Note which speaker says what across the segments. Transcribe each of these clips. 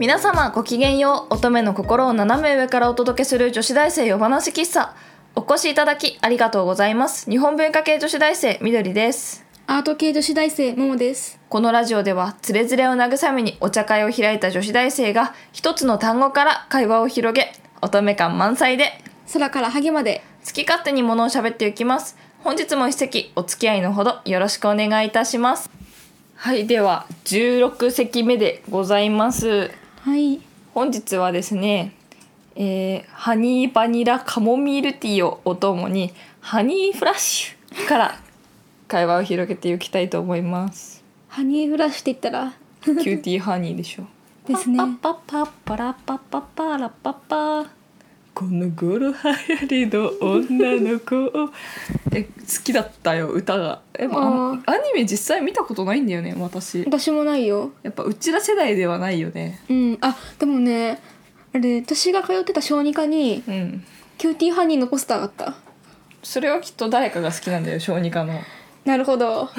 Speaker 1: 皆様ごきげんよう乙女の心を斜め上からお届けする女子大生夜話喫茶お越しいただきありがとうございます日本文化系女子大生みどりです
Speaker 2: アート系女子大生ももです
Speaker 1: このラジオではつれづれを慰めにお茶会を開いた女子大生が一つの単語から会話を広げ乙女感満載で
Speaker 2: 空からハゲまで
Speaker 1: 好き勝手にものを喋っていきます本日も一席お付き合いのほどよろしくお願いいたしますはいでは16席目でございます
Speaker 2: はい
Speaker 1: 本日はですね、えーハニーバニラカモミールティーをお供にハニーフラッシュから会話を広げていきたいと思います
Speaker 2: ハニーフラッシュって言ったら
Speaker 1: キューティーハニーでしょ
Speaker 2: ですね
Speaker 1: パッパッパッパラッパッパッパラッパッパこの頃流行りの女の子をえ好きだったよ歌がえまあ
Speaker 2: あー
Speaker 1: アニメ実際見たことないんだよね私
Speaker 2: 私もないよ
Speaker 1: やっぱうちら世代ではないよね
Speaker 2: うんあでもねあれ私が通ってた小児科に
Speaker 1: うん
Speaker 2: キューティーハニーのポスターがあった
Speaker 1: それはきっと誰かが好きなんだよ小児科の
Speaker 2: なるほど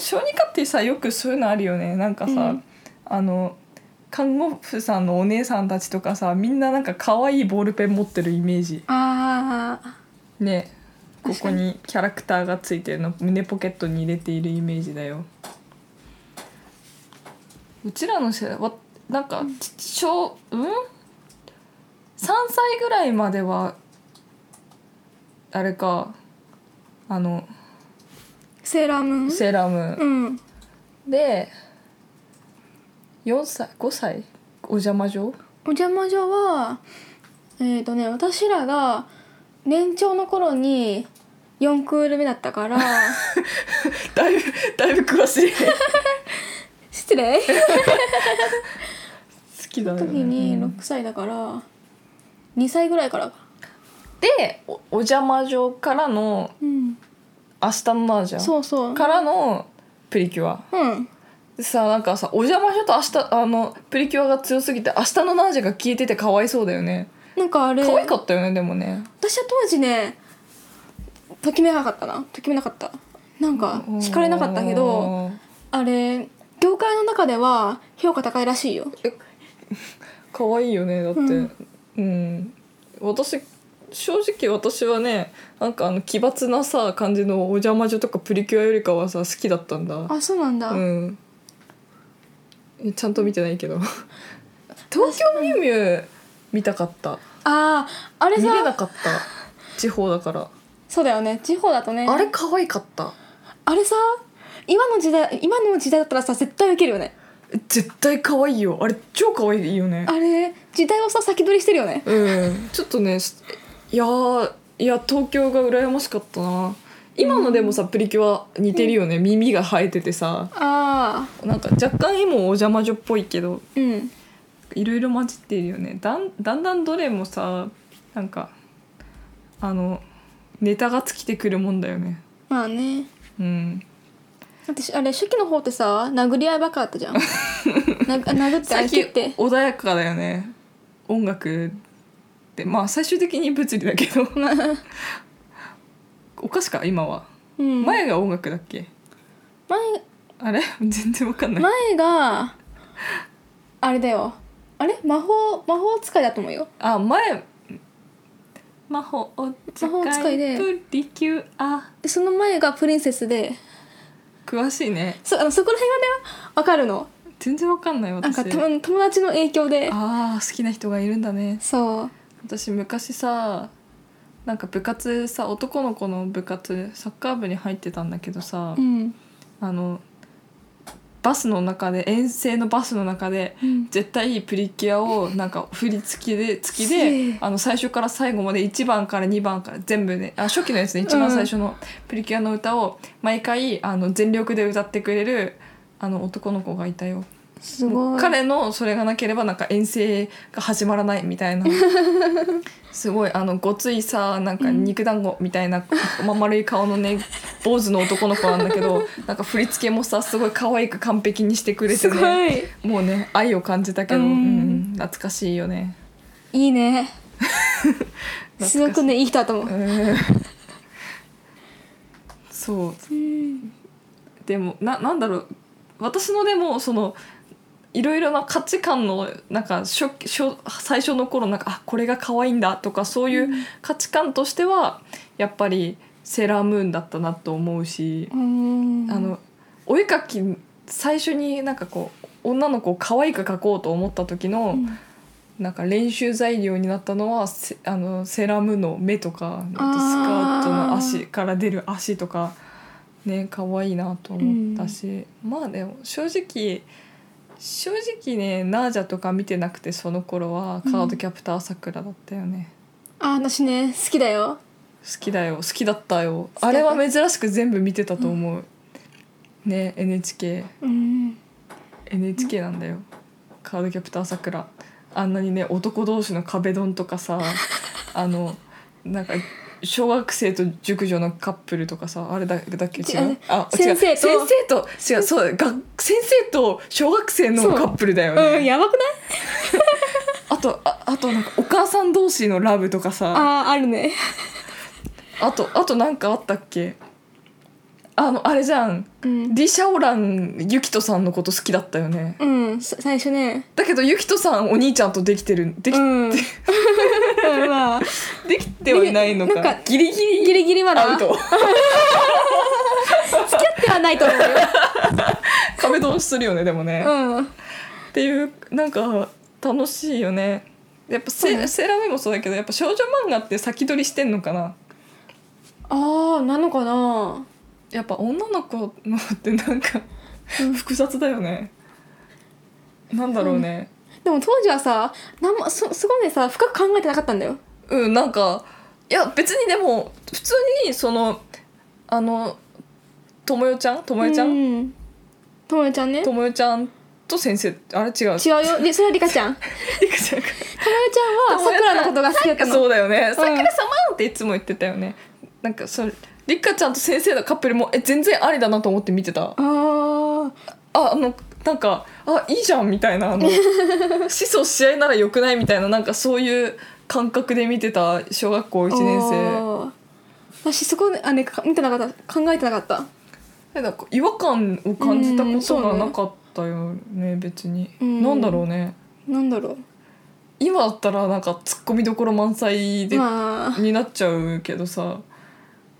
Speaker 1: 小児科ってさよくそういうのあるよねなんかさ、
Speaker 2: うん
Speaker 1: あの看護婦さんのお姉さんたちとかさみんななんか可愛いボールペン持ってるイメージ
Speaker 2: あー
Speaker 1: ねこ
Speaker 2: 確
Speaker 1: こ
Speaker 2: かに
Speaker 1: にキャラクターがついてるの胸ポケットに入れているイメージだようちらの世代はなんかち小うん3歳ぐらいまではあれかあの
Speaker 2: セーラームーン
Speaker 1: セーラームーン
Speaker 2: うん
Speaker 1: で4歳5歳お邪魔状
Speaker 2: お邪魔女はえっ、ー、とね私らが年長の頃に4クール目だったか ら
Speaker 1: だいぶだいぶ詳しい好
Speaker 2: 失礼
Speaker 1: きだよね
Speaker 2: 時に
Speaker 1: うん
Speaker 2: 6歳だから2歳ぐらいからか
Speaker 1: でおお邪魔状からの
Speaker 2: うん
Speaker 1: 「明日のマージャン」
Speaker 2: そうそう
Speaker 1: からのプリキュア
Speaker 2: うん
Speaker 1: でさなんかさお邪魔しと明日あのプリキュアが強すぎて明日のナージャが消えててかわいそうだよね
Speaker 2: なんかあれ
Speaker 1: 可愛かったよねでもね
Speaker 2: 私は当時ねときめかなかったなときめなかったなんか惹かれなかったけど
Speaker 1: うん
Speaker 2: あれ業界の中では評価高いらしいよ
Speaker 1: 可愛いよねだってう
Speaker 2: うんん、
Speaker 1: 私正直私はねなんかあの奇抜なさ感じのお邪魔女とかプリキュアよりかはさ好きだったんだ
Speaker 2: あそうなんだ、
Speaker 1: うんえちゃんと見てないけど東京ミュウミュウ見たかった
Speaker 2: あーあれ
Speaker 1: 見れな
Speaker 2: さ
Speaker 1: かった地方だから
Speaker 2: そうだよね地方だとね
Speaker 1: あれ可愛かった
Speaker 2: あれさ今の時代今の時代だったらさ絶対ウケるよね
Speaker 1: 絶対可愛いよあれ超可愛いよね
Speaker 2: あれ時代をさ先取りしてるよね
Speaker 1: うんちょっとねしいやーいや東京が羨ましかったな今のでもさ、プリキュア似てるよね、耳が生えててさ
Speaker 2: ああ
Speaker 1: なんか若干絵もお邪魔女っぽいけど
Speaker 2: うん
Speaker 1: いろいろ混じっているよねだんだんだんどれもさなんかあのネタが尽きてくるもんだよね
Speaker 2: まあね
Speaker 1: うん
Speaker 2: だってしあれ初期の方ってさ殴り合いばっかだっ たじゃんな殴って相
Speaker 1: 最近
Speaker 2: 手って
Speaker 1: 穏やかだよね音楽でまあ最終的に物理だけど おかしか今は、
Speaker 2: うん前
Speaker 1: 前が音楽だっけあれ 全然わかんない
Speaker 2: 前があれだよあれ魔法魔法使いだと思うよ
Speaker 1: あ前魔法を使い
Speaker 2: 魔法使いで
Speaker 1: プリキュア
Speaker 2: でその前がプリンセスで
Speaker 1: 詳しいね
Speaker 2: そあのそこら辺はねわかるの
Speaker 1: 全然わかんない
Speaker 2: なん
Speaker 1: 私
Speaker 2: かたま友達の影響で
Speaker 1: あー好きな人がいるんだね
Speaker 2: そう
Speaker 1: 私昔さなんか部活さ男の子の部活サッカー部に入ってたんだけどさ、
Speaker 2: うん
Speaker 1: あのバスの中で遠征のバスの中で
Speaker 2: うん
Speaker 1: 絶対いいプリキュアをなんか振り付きで付き
Speaker 2: せ
Speaker 1: で
Speaker 2: え
Speaker 1: あの最初から最後まで1番から2番から全部ねあ初期のやつね一番最初のプリキュアの歌を毎回あの全力で歌ってくれるあの男の子がいたよ。
Speaker 2: すごい
Speaker 1: 彼のそれがなければなんか遠征が始まらないみ たいなすごいあのごついさなんか肉団子みたいな、ま丸い顔のね坊主の男の子なんだけどなんか振り付けもさすごい可愛く完璧にしてくれて
Speaker 2: すご
Speaker 1: ね
Speaker 2: い
Speaker 1: もうね愛を感じたけど、
Speaker 2: うん
Speaker 1: うん懐かしいよね。
Speaker 2: いいね
Speaker 1: しい
Speaker 2: すごくねいい人だと思う
Speaker 1: うんそう
Speaker 2: うん
Speaker 1: でもななんだろう私のでもそのいろいろな価値観のなんか初初最初の頃なんかあこれが可愛いんだとかそういう価値観としてはやっぱりセーラームーンだったなと思うし、
Speaker 2: うん
Speaker 1: あのお絵描き最初になんかこう女の子を可愛く描こうと思った時の、
Speaker 2: うん
Speaker 1: なんか練習材料になったのはせあのセーラームーンの目とかあとスカートの足から出る足とかね可愛いなと思ったし、まあでも正直正直ねナージャとか見てなくてその頃はカードキャプターさくらだったよね、
Speaker 2: あ私ね好きだよ
Speaker 1: 好きだよ好きだったよ
Speaker 2: きだ
Speaker 1: あ
Speaker 2: っ
Speaker 1: れ
Speaker 2: た
Speaker 1: は珍しく全部見てたと思う、ね NHK
Speaker 2: うん
Speaker 1: NHK なんだよ、カードキャプターさくらあんなにね男同士の壁ドンとか さあのなんか小学生と熟女のカップルとかさあれだだっけ違
Speaker 2: 違
Speaker 1: う
Speaker 2: う
Speaker 1: あ違う
Speaker 2: 先生と
Speaker 1: 先生と違うそうだが先生と小学生の
Speaker 2: そう
Speaker 1: カップルだよね、
Speaker 2: うんやばくない
Speaker 1: あとああとなんかお母さん同士のラブとかさ
Speaker 2: あああるね
Speaker 1: あとあとなんかあったっけあのあれじゃん
Speaker 2: うん、
Speaker 1: リシャオランユキトさんのこと好きだったよね
Speaker 2: うん、さ最初ね
Speaker 1: だけどユキトさんお兄ちゃんとできてるでき,、
Speaker 2: うんうんまあ
Speaker 1: できてはいないのか
Speaker 2: なんか
Speaker 1: ギリギリ
Speaker 2: ギリギリまだ
Speaker 1: アウト
Speaker 2: ではないと思う よ
Speaker 1: 壁ドンするよねでもね、っ
Speaker 2: うん
Speaker 1: ていうなんか楽しいよねやっぱセ,、
Speaker 2: そうね
Speaker 1: セーラームーンもそうだけどやっぱ少女漫画って先取りしてんのかな
Speaker 2: ああなのかな
Speaker 1: やっぱ女の子のってなんか
Speaker 2: うん
Speaker 1: 複雑だよね、なんだろうね
Speaker 2: でも当時はさなんもそそこまでさ深く考えてなかったんだよ
Speaker 1: うんなんかいや別にでも普通にそのあのともよちゃんともよちゃ
Speaker 2: うんんともよちゃんね
Speaker 1: ともよちゃんと先生あれ違 う
Speaker 2: 違うよでそれはリカちゃんともよ
Speaker 1: リカちゃんか
Speaker 2: ちゃん はさくらのことが好きだった
Speaker 1: そ
Speaker 2: の
Speaker 1: うだよね「さく
Speaker 2: うん
Speaker 1: らさま」っていつも言ってたよねなんかそれりかちゃんと先生のカップルもえ全然ありだなと思って見てた
Speaker 2: あ
Speaker 1: ああのなんかあいいじゃんみたい なあの始祖試合ならよくないみたいななんかそういう感覚で見てた小学校
Speaker 2: あ
Speaker 1: 1年生
Speaker 2: 生私そこあねか見てなかった考えてなかった
Speaker 1: えなんか違和感を感じた
Speaker 2: う
Speaker 1: こ
Speaker 2: んそ
Speaker 1: と
Speaker 2: うね
Speaker 1: がなかったよね別に、
Speaker 2: うん
Speaker 1: なんだろうね
Speaker 2: なんだろ
Speaker 1: 今だったらなんかツッコミどころ満載
Speaker 2: う
Speaker 1: で、
Speaker 2: まあ
Speaker 1: になっちゃうけどさ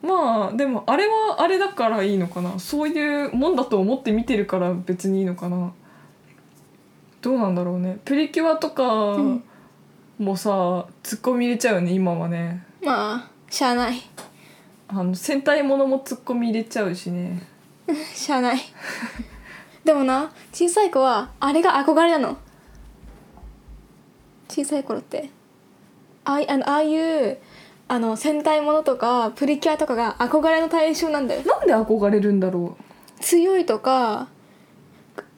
Speaker 1: まあでもあれはあれだからいいのかなそういうもんだと思って見てるから別にいいのかなどうなんだろうねプリキュアとか
Speaker 2: うん
Speaker 1: もさ、ツッコミ入れちゃうよね今はね
Speaker 2: まあしゃあない
Speaker 1: あの戦隊ものもツッコミ入れちゃうしね
Speaker 2: しゃあないでもな小さい子はあれが憧れなの小さい頃ってあいあのああいうあの戦隊ものとかプリキュアとかが憧れの対象なんだよ
Speaker 1: なんで憧れるんだろ
Speaker 2: 強いとか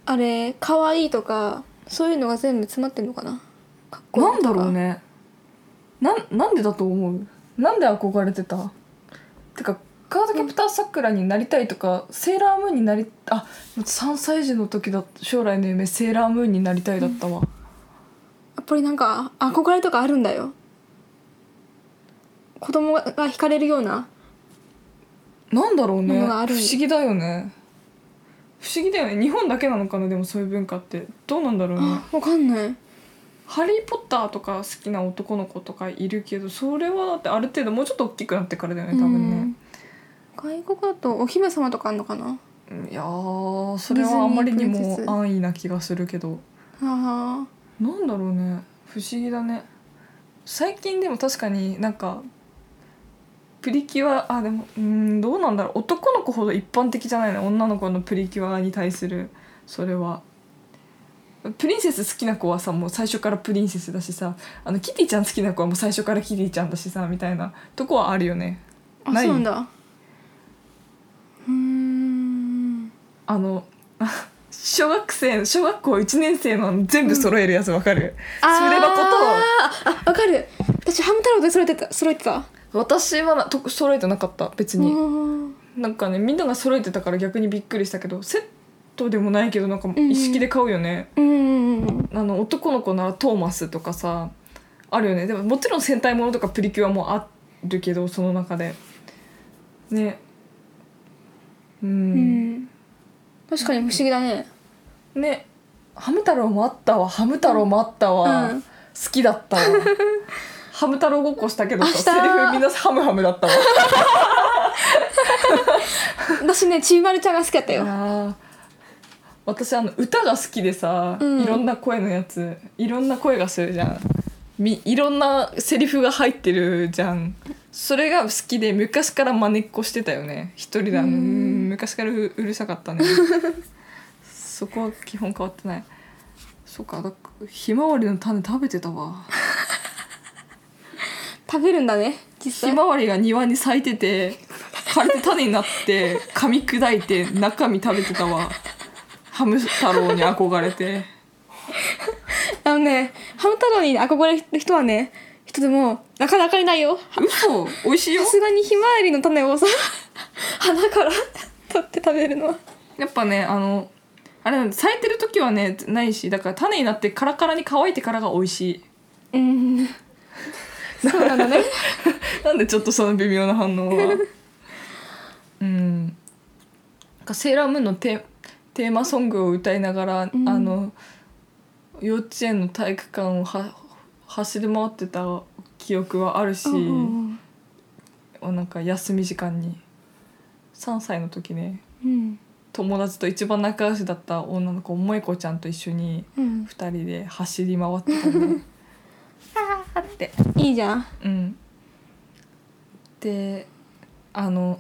Speaker 2: あれ可愛いとかそういうのが全部詰まってんのかなかっ
Speaker 1: う
Speaker 2: こ
Speaker 1: な
Speaker 2: いいと
Speaker 1: ん
Speaker 2: か
Speaker 1: だろうねなんなんでだと思うなんで憧れてたてかカードキャプターさくらになりたいとか、セーラームーンになりあ3歳児の時だ将来の夢セーラームーンになりたいだったわ、
Speaker 2: やっぱりなんか憧れとかあるんだよ子供が惹かれるような
Speaker 1: なんだろうね
Speaker 2: も
Speaker 1: 不
Speaker 2: のがある
Speaker 1: 思議だよね不思議だよね日本だけなのかなでもそういう文化ってどうなんだろうね
Speaker 2: あわかんない
Speaker 1: ハリー・ポッターとか好きな男の子とかいるけどそれはだってある程度もうちょっと大きくなってからだよね多分ね、
Speaker 2: うん外国だとお姫様とかあんのかない
Speaker 1: やーそれはあまりにも安易な気がするけど
Speaker 2: あ
Speaker 1: なんだろうね不思議だね最近でも確かになんかプリキュアあでもうーんどうなんだろう男の子ほど一般的じゃないね女の子のプリキュアに対するそれはプリンセス好きな子はさもう最初からプリンセスだしさあのキティちゃん好きな子はもう最初からキティちゃんだしさみたいなとこはあるよね
Speaker 2: あ
Speaker 1: ない
Speaker 2: そうなんだうーん
Speaker 1: あの小学生小学校1年生のあの全部揃えるやつわかる、それ箱
Speaker 2: あーあわかる私ハム太郎で揃えてた揃えてた
Speaker 1: と私はなと揃えてなかった別に、
Speaker 2: うん
Speaker 1: なんかねみんなが揃えてたから逆にびっくりしたけどセットでもないけどなんか
Speaker 2: うん
Speaker 1: 一式で買うよね、
Speaker 2: うんうん
Speaker 1: あの男の子ならトーマスとかさあるよねでももちろん戦隊ものとかプリキュアもあるけどその中でねう、
Speaker 2: うんん確かに不思議だね
Speaker 1: ねハム太郎もあったわハム太郎もあったわ、
Speaker 2: うん
Speaker 1: 好きだ ったわハム太郎ごっこしたけど
Speaker 2: あし
Speaker 1: さセ
Speaker 2: た
Speaker 1: リフみんなハムハムだったわ
Speaker 2: 私ねちびまるちゃんが好きだったよ
Speaker 1: あー私あの歌が好きでさ、
Speaker 2: うん
Speaker 1: いろんな声のやついろんな声がするじゃんみいろんなセリフが入ってるじゃんそれが好きで昔から真似っこしてたよね一人であの
Speaker 2: うん
Speaker 1: うん昔からううるさかったねそこは基本変わってないそっかだひまわりの種食べてたわ
Speaker 2: 食べるんだね実
Speaker 1: ひ
Speaker 2: 際
Speaker 1: まわりが庭に咲いてて枯れて種になって噛み砕いて中身食べてたわハム太郎に憧れて
Speaker 2: あのねハム太郎に憧れる人はね人でもなかなかいないよ
Speaker 1: 嘘美味しいよ
Speaker 2: さすがにひまわりの種を さ花から 取って食べるのは
Speaker 1: やっぱねあのあれなんだ咲いてる時はねないしだから種になってカラカラに乾いてからが美味しい
Speaker 2: うんそうなんだね
Speaker 1: なんでちょっとその微妙な反応 はうんなんかセーラームーンのテテーマソングを歌いながら、
Speaker 2: うん
Speaker 1: あの幼稚園の体育館をは走り回ってた記憶はあるし、
Speaker 2: うん
Speaker 1: なんか休み時間に3歳の時ね
Speaker 2: うん
Speaker 1: 友達と一番仲良しだった女の子萌子ちゃんと一緒に
Speaker 2: うん
Speaker 1: 2人で走り回ってたね。あーって
Speaker 2: いいじゃん
Speaker 1: うん、であの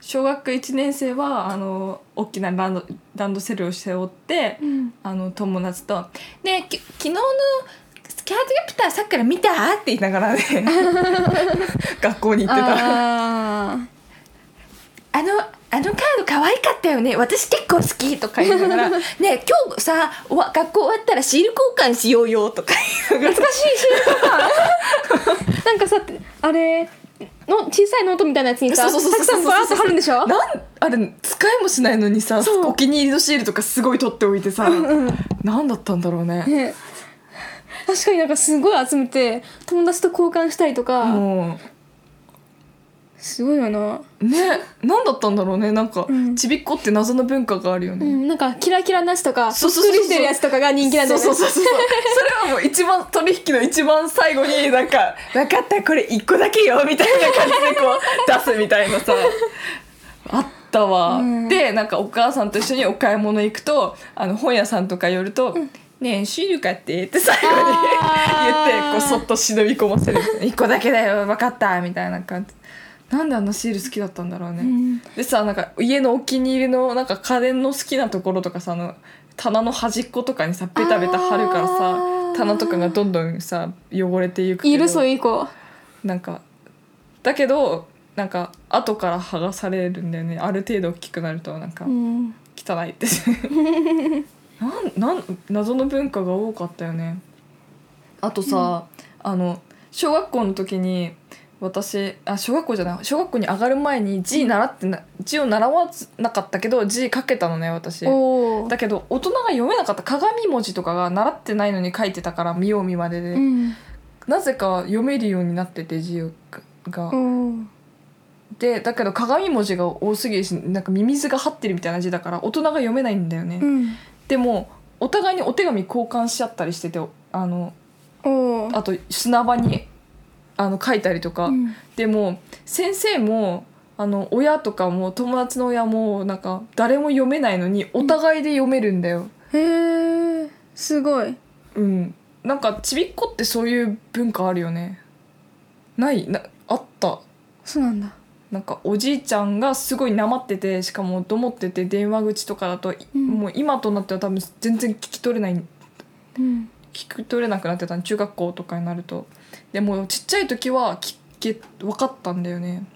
Speaker 1: 小学1年生はあの大きなランドランドセルを背負って
Speaker 2: うん
Speaker 1: あの友達と「ねえき昨日のスキャートキャプターさっきから見た?」って言いなが らね学校に行ってた。
Speaker 2: あー
Speaker 1: あのあのカード可愛かったよね私結構好きとか言いながら「ねえ今日さおわ学校終わったらシール交換しようよ」とか言いながら
Speaker 2: 難しいシールとかなんかさあれの小さいノートみたいなやつにさた
Speaker 1: そう
Speaker 2: く
Speaker 1: そうそう
Speaker 2: さ
Speaker 1: そ
Speaker 2: ん
Speaker 1: う
Speaker 2: バーッと貼るんでしょ
Speaker 1: なんあれ使いもしないのにさ
Speaker 2: そう
Speaker 1: お気に入りのシールとかすごい取っておいてさ、
Speaker 2: うん
Speaker 1: 何だったんだろうね。
Speaker 2: ね確かになんかすごい集めて友達と交換したりとか、
Speaker 1: も
Speaker 2: すごいよな、
Speaker 1: うね何だったんだろうねなんか、
Speaker 2: うん
Speaker 1: ちびっこって謎の文化があるよ
Speaker 2: う
Speaker 1: ね。
Speaker 2: ん、なんかキラキラなやつとか
Speaker 1: そう
Speaker 2: そっ
Speaker 1: そうそうそう
Speaker 2: くりしてるやつとかが人気なんだ
Speaker 1: そう
Speaker 2: よね
Speaker 1: そうそうそうそれはもう一番取引の一番最後になんか「分かったこれ一個だけよ」みたいな感じでこう出すみたいなさあったわ、
Speaker 2: うん
Speaker 1: でなんかお母さんと一緒にお買い物行くとあの本屋さんとか寄ると「ねえシール買って」って最後に言って
Speaker 2: あー
Speaker 1: こうそっと忍び込ませる「 一個だけだよ分かった」みたいな感じなんであんなシール好きだったんだろうね、
Speaker 2: うん
Speaker 1: でさなんか家のお気に入りのなんか家電の好きなところとかさあの棚の端っことかにさベタベタ貼るから
Speaker 2: あ
Speaker 1: さ
Speaker 2: ー
Speaker 1: 棚とかがどんどんさ汚れていくけど
Speaker 2: いるそういう子
Speaker 1: なんかだけどなんか後から剥がされるんだよねある程度大きくなるとなんか
Speaker 2: うん
Speaker 1: 汚いって なんなん謎の文化が多かったよねあとさ、あの小学校の時に私あ小学校じゃない小学校に上がる前に字習ってな字を習わなかったけど字書けたのね私
Speaker 2: おお
Speaker 1: だけど大人が読めなかった鏡文字とかが習ってないのに書いてたから見よう見までで、
Speaker 2: うん
Speaker 1: なぜか読めるようになってて字が、
Speaker 2: おー
Speaker 1: でだけど鏡文字が多すぎるしなんかミミズが張ってるみたいな字だから大人が読めないんだよね、
Speaker 2: うん
Speaker 1: でもお互いにお手紙交換し合ったりしててあの
Speaker 2: おー
Speaker 1: あと砂場にあの書いたりとか、
Speaker 2: うん
Speaker 1: でも先生もあの親とかも友達の親もなんか誰も読めないのにお互いで読めるんだよ。
Speaker 2: へえすごい
Speaker 1: うん、なんかちびっこってそういう文化あるよね。ないなあった
Speaker 2: そうなんだ
Speaker 1: なんかおじいちゃんがすごいなまっててしかもどもってて電話口とかだと、い
Speaker 2: うん
Speaker 1: もう今となっては多分全然聞き取れない
Speaker 2: うん
Speaker 1: 聞き取れなくなってたの中学校とかになるとでもちっちゃい時は聞け分かったんだよね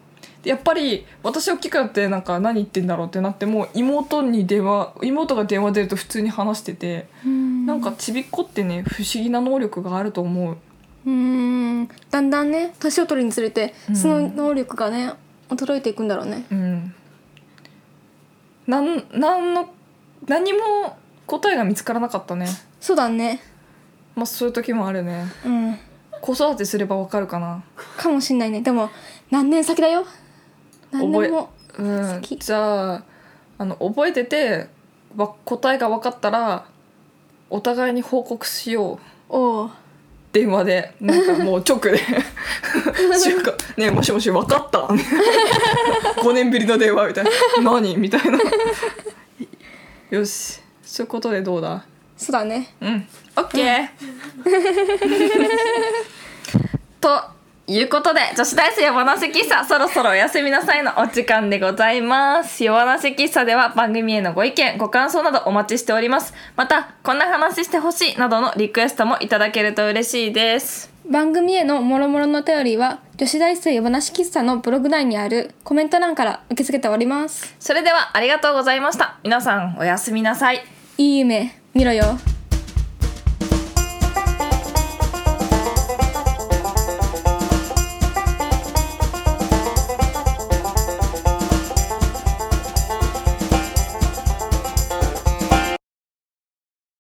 Speaker 1: でやっぱり私大きくなってなんか何言ってんだろうってなっても妹に電話妹が電話出ると普通に話してて、
Speaker 2: うん
Speaker 1: なんかちびっこってね不思議な能力があると思う
Speaker 2: うんだんだんね年を取るにつれて
Speaker 1: うん
Speaker 2: その能力がね衰えていくんだろうね
Speaker 1: うんなんなんの何も答えが見つからなかったね
Speaker 2: そうだね
Speaker 1: まあそういう時もあるね
Speaker 2: うん
Speaker 1: 子育てすればわかるかな
Speaker 2: かもしんないねでも何年先だよ何
Speaker 1: 覚え
Speaker 2: 年も
Speaker 1: うん、
Speaker 2: き
Speaker 1: じゃああの覚えててわ答えが分かったらお互いに報告しよう
Speaker 2: おう
Speaker 1: 電話でなんかもう直で しようか「ねえもしもし分かった」5年ぶりの電話みたいな「何?」みた いなよしそういうことでどうだ
Speaker 2: そうだね
Speaker 1: うんオッケー ということで女子大生夜話喫茶そろそろお休みなさいのお時間でございます夜話喫茶では番組へのご意見ご感想などお待ちしておりますまたこんな話してほしいなどのリクエストもいただけると嬉しいです
Speaker 2: 番組へのもろもろのお便りは女子大生夜話喫茶のブログ内にあるコメント欄から受け付けております
Speaker 1: それではありがとうございました皆さんおやすみなさい
Speaker 2: いい夢見ろよ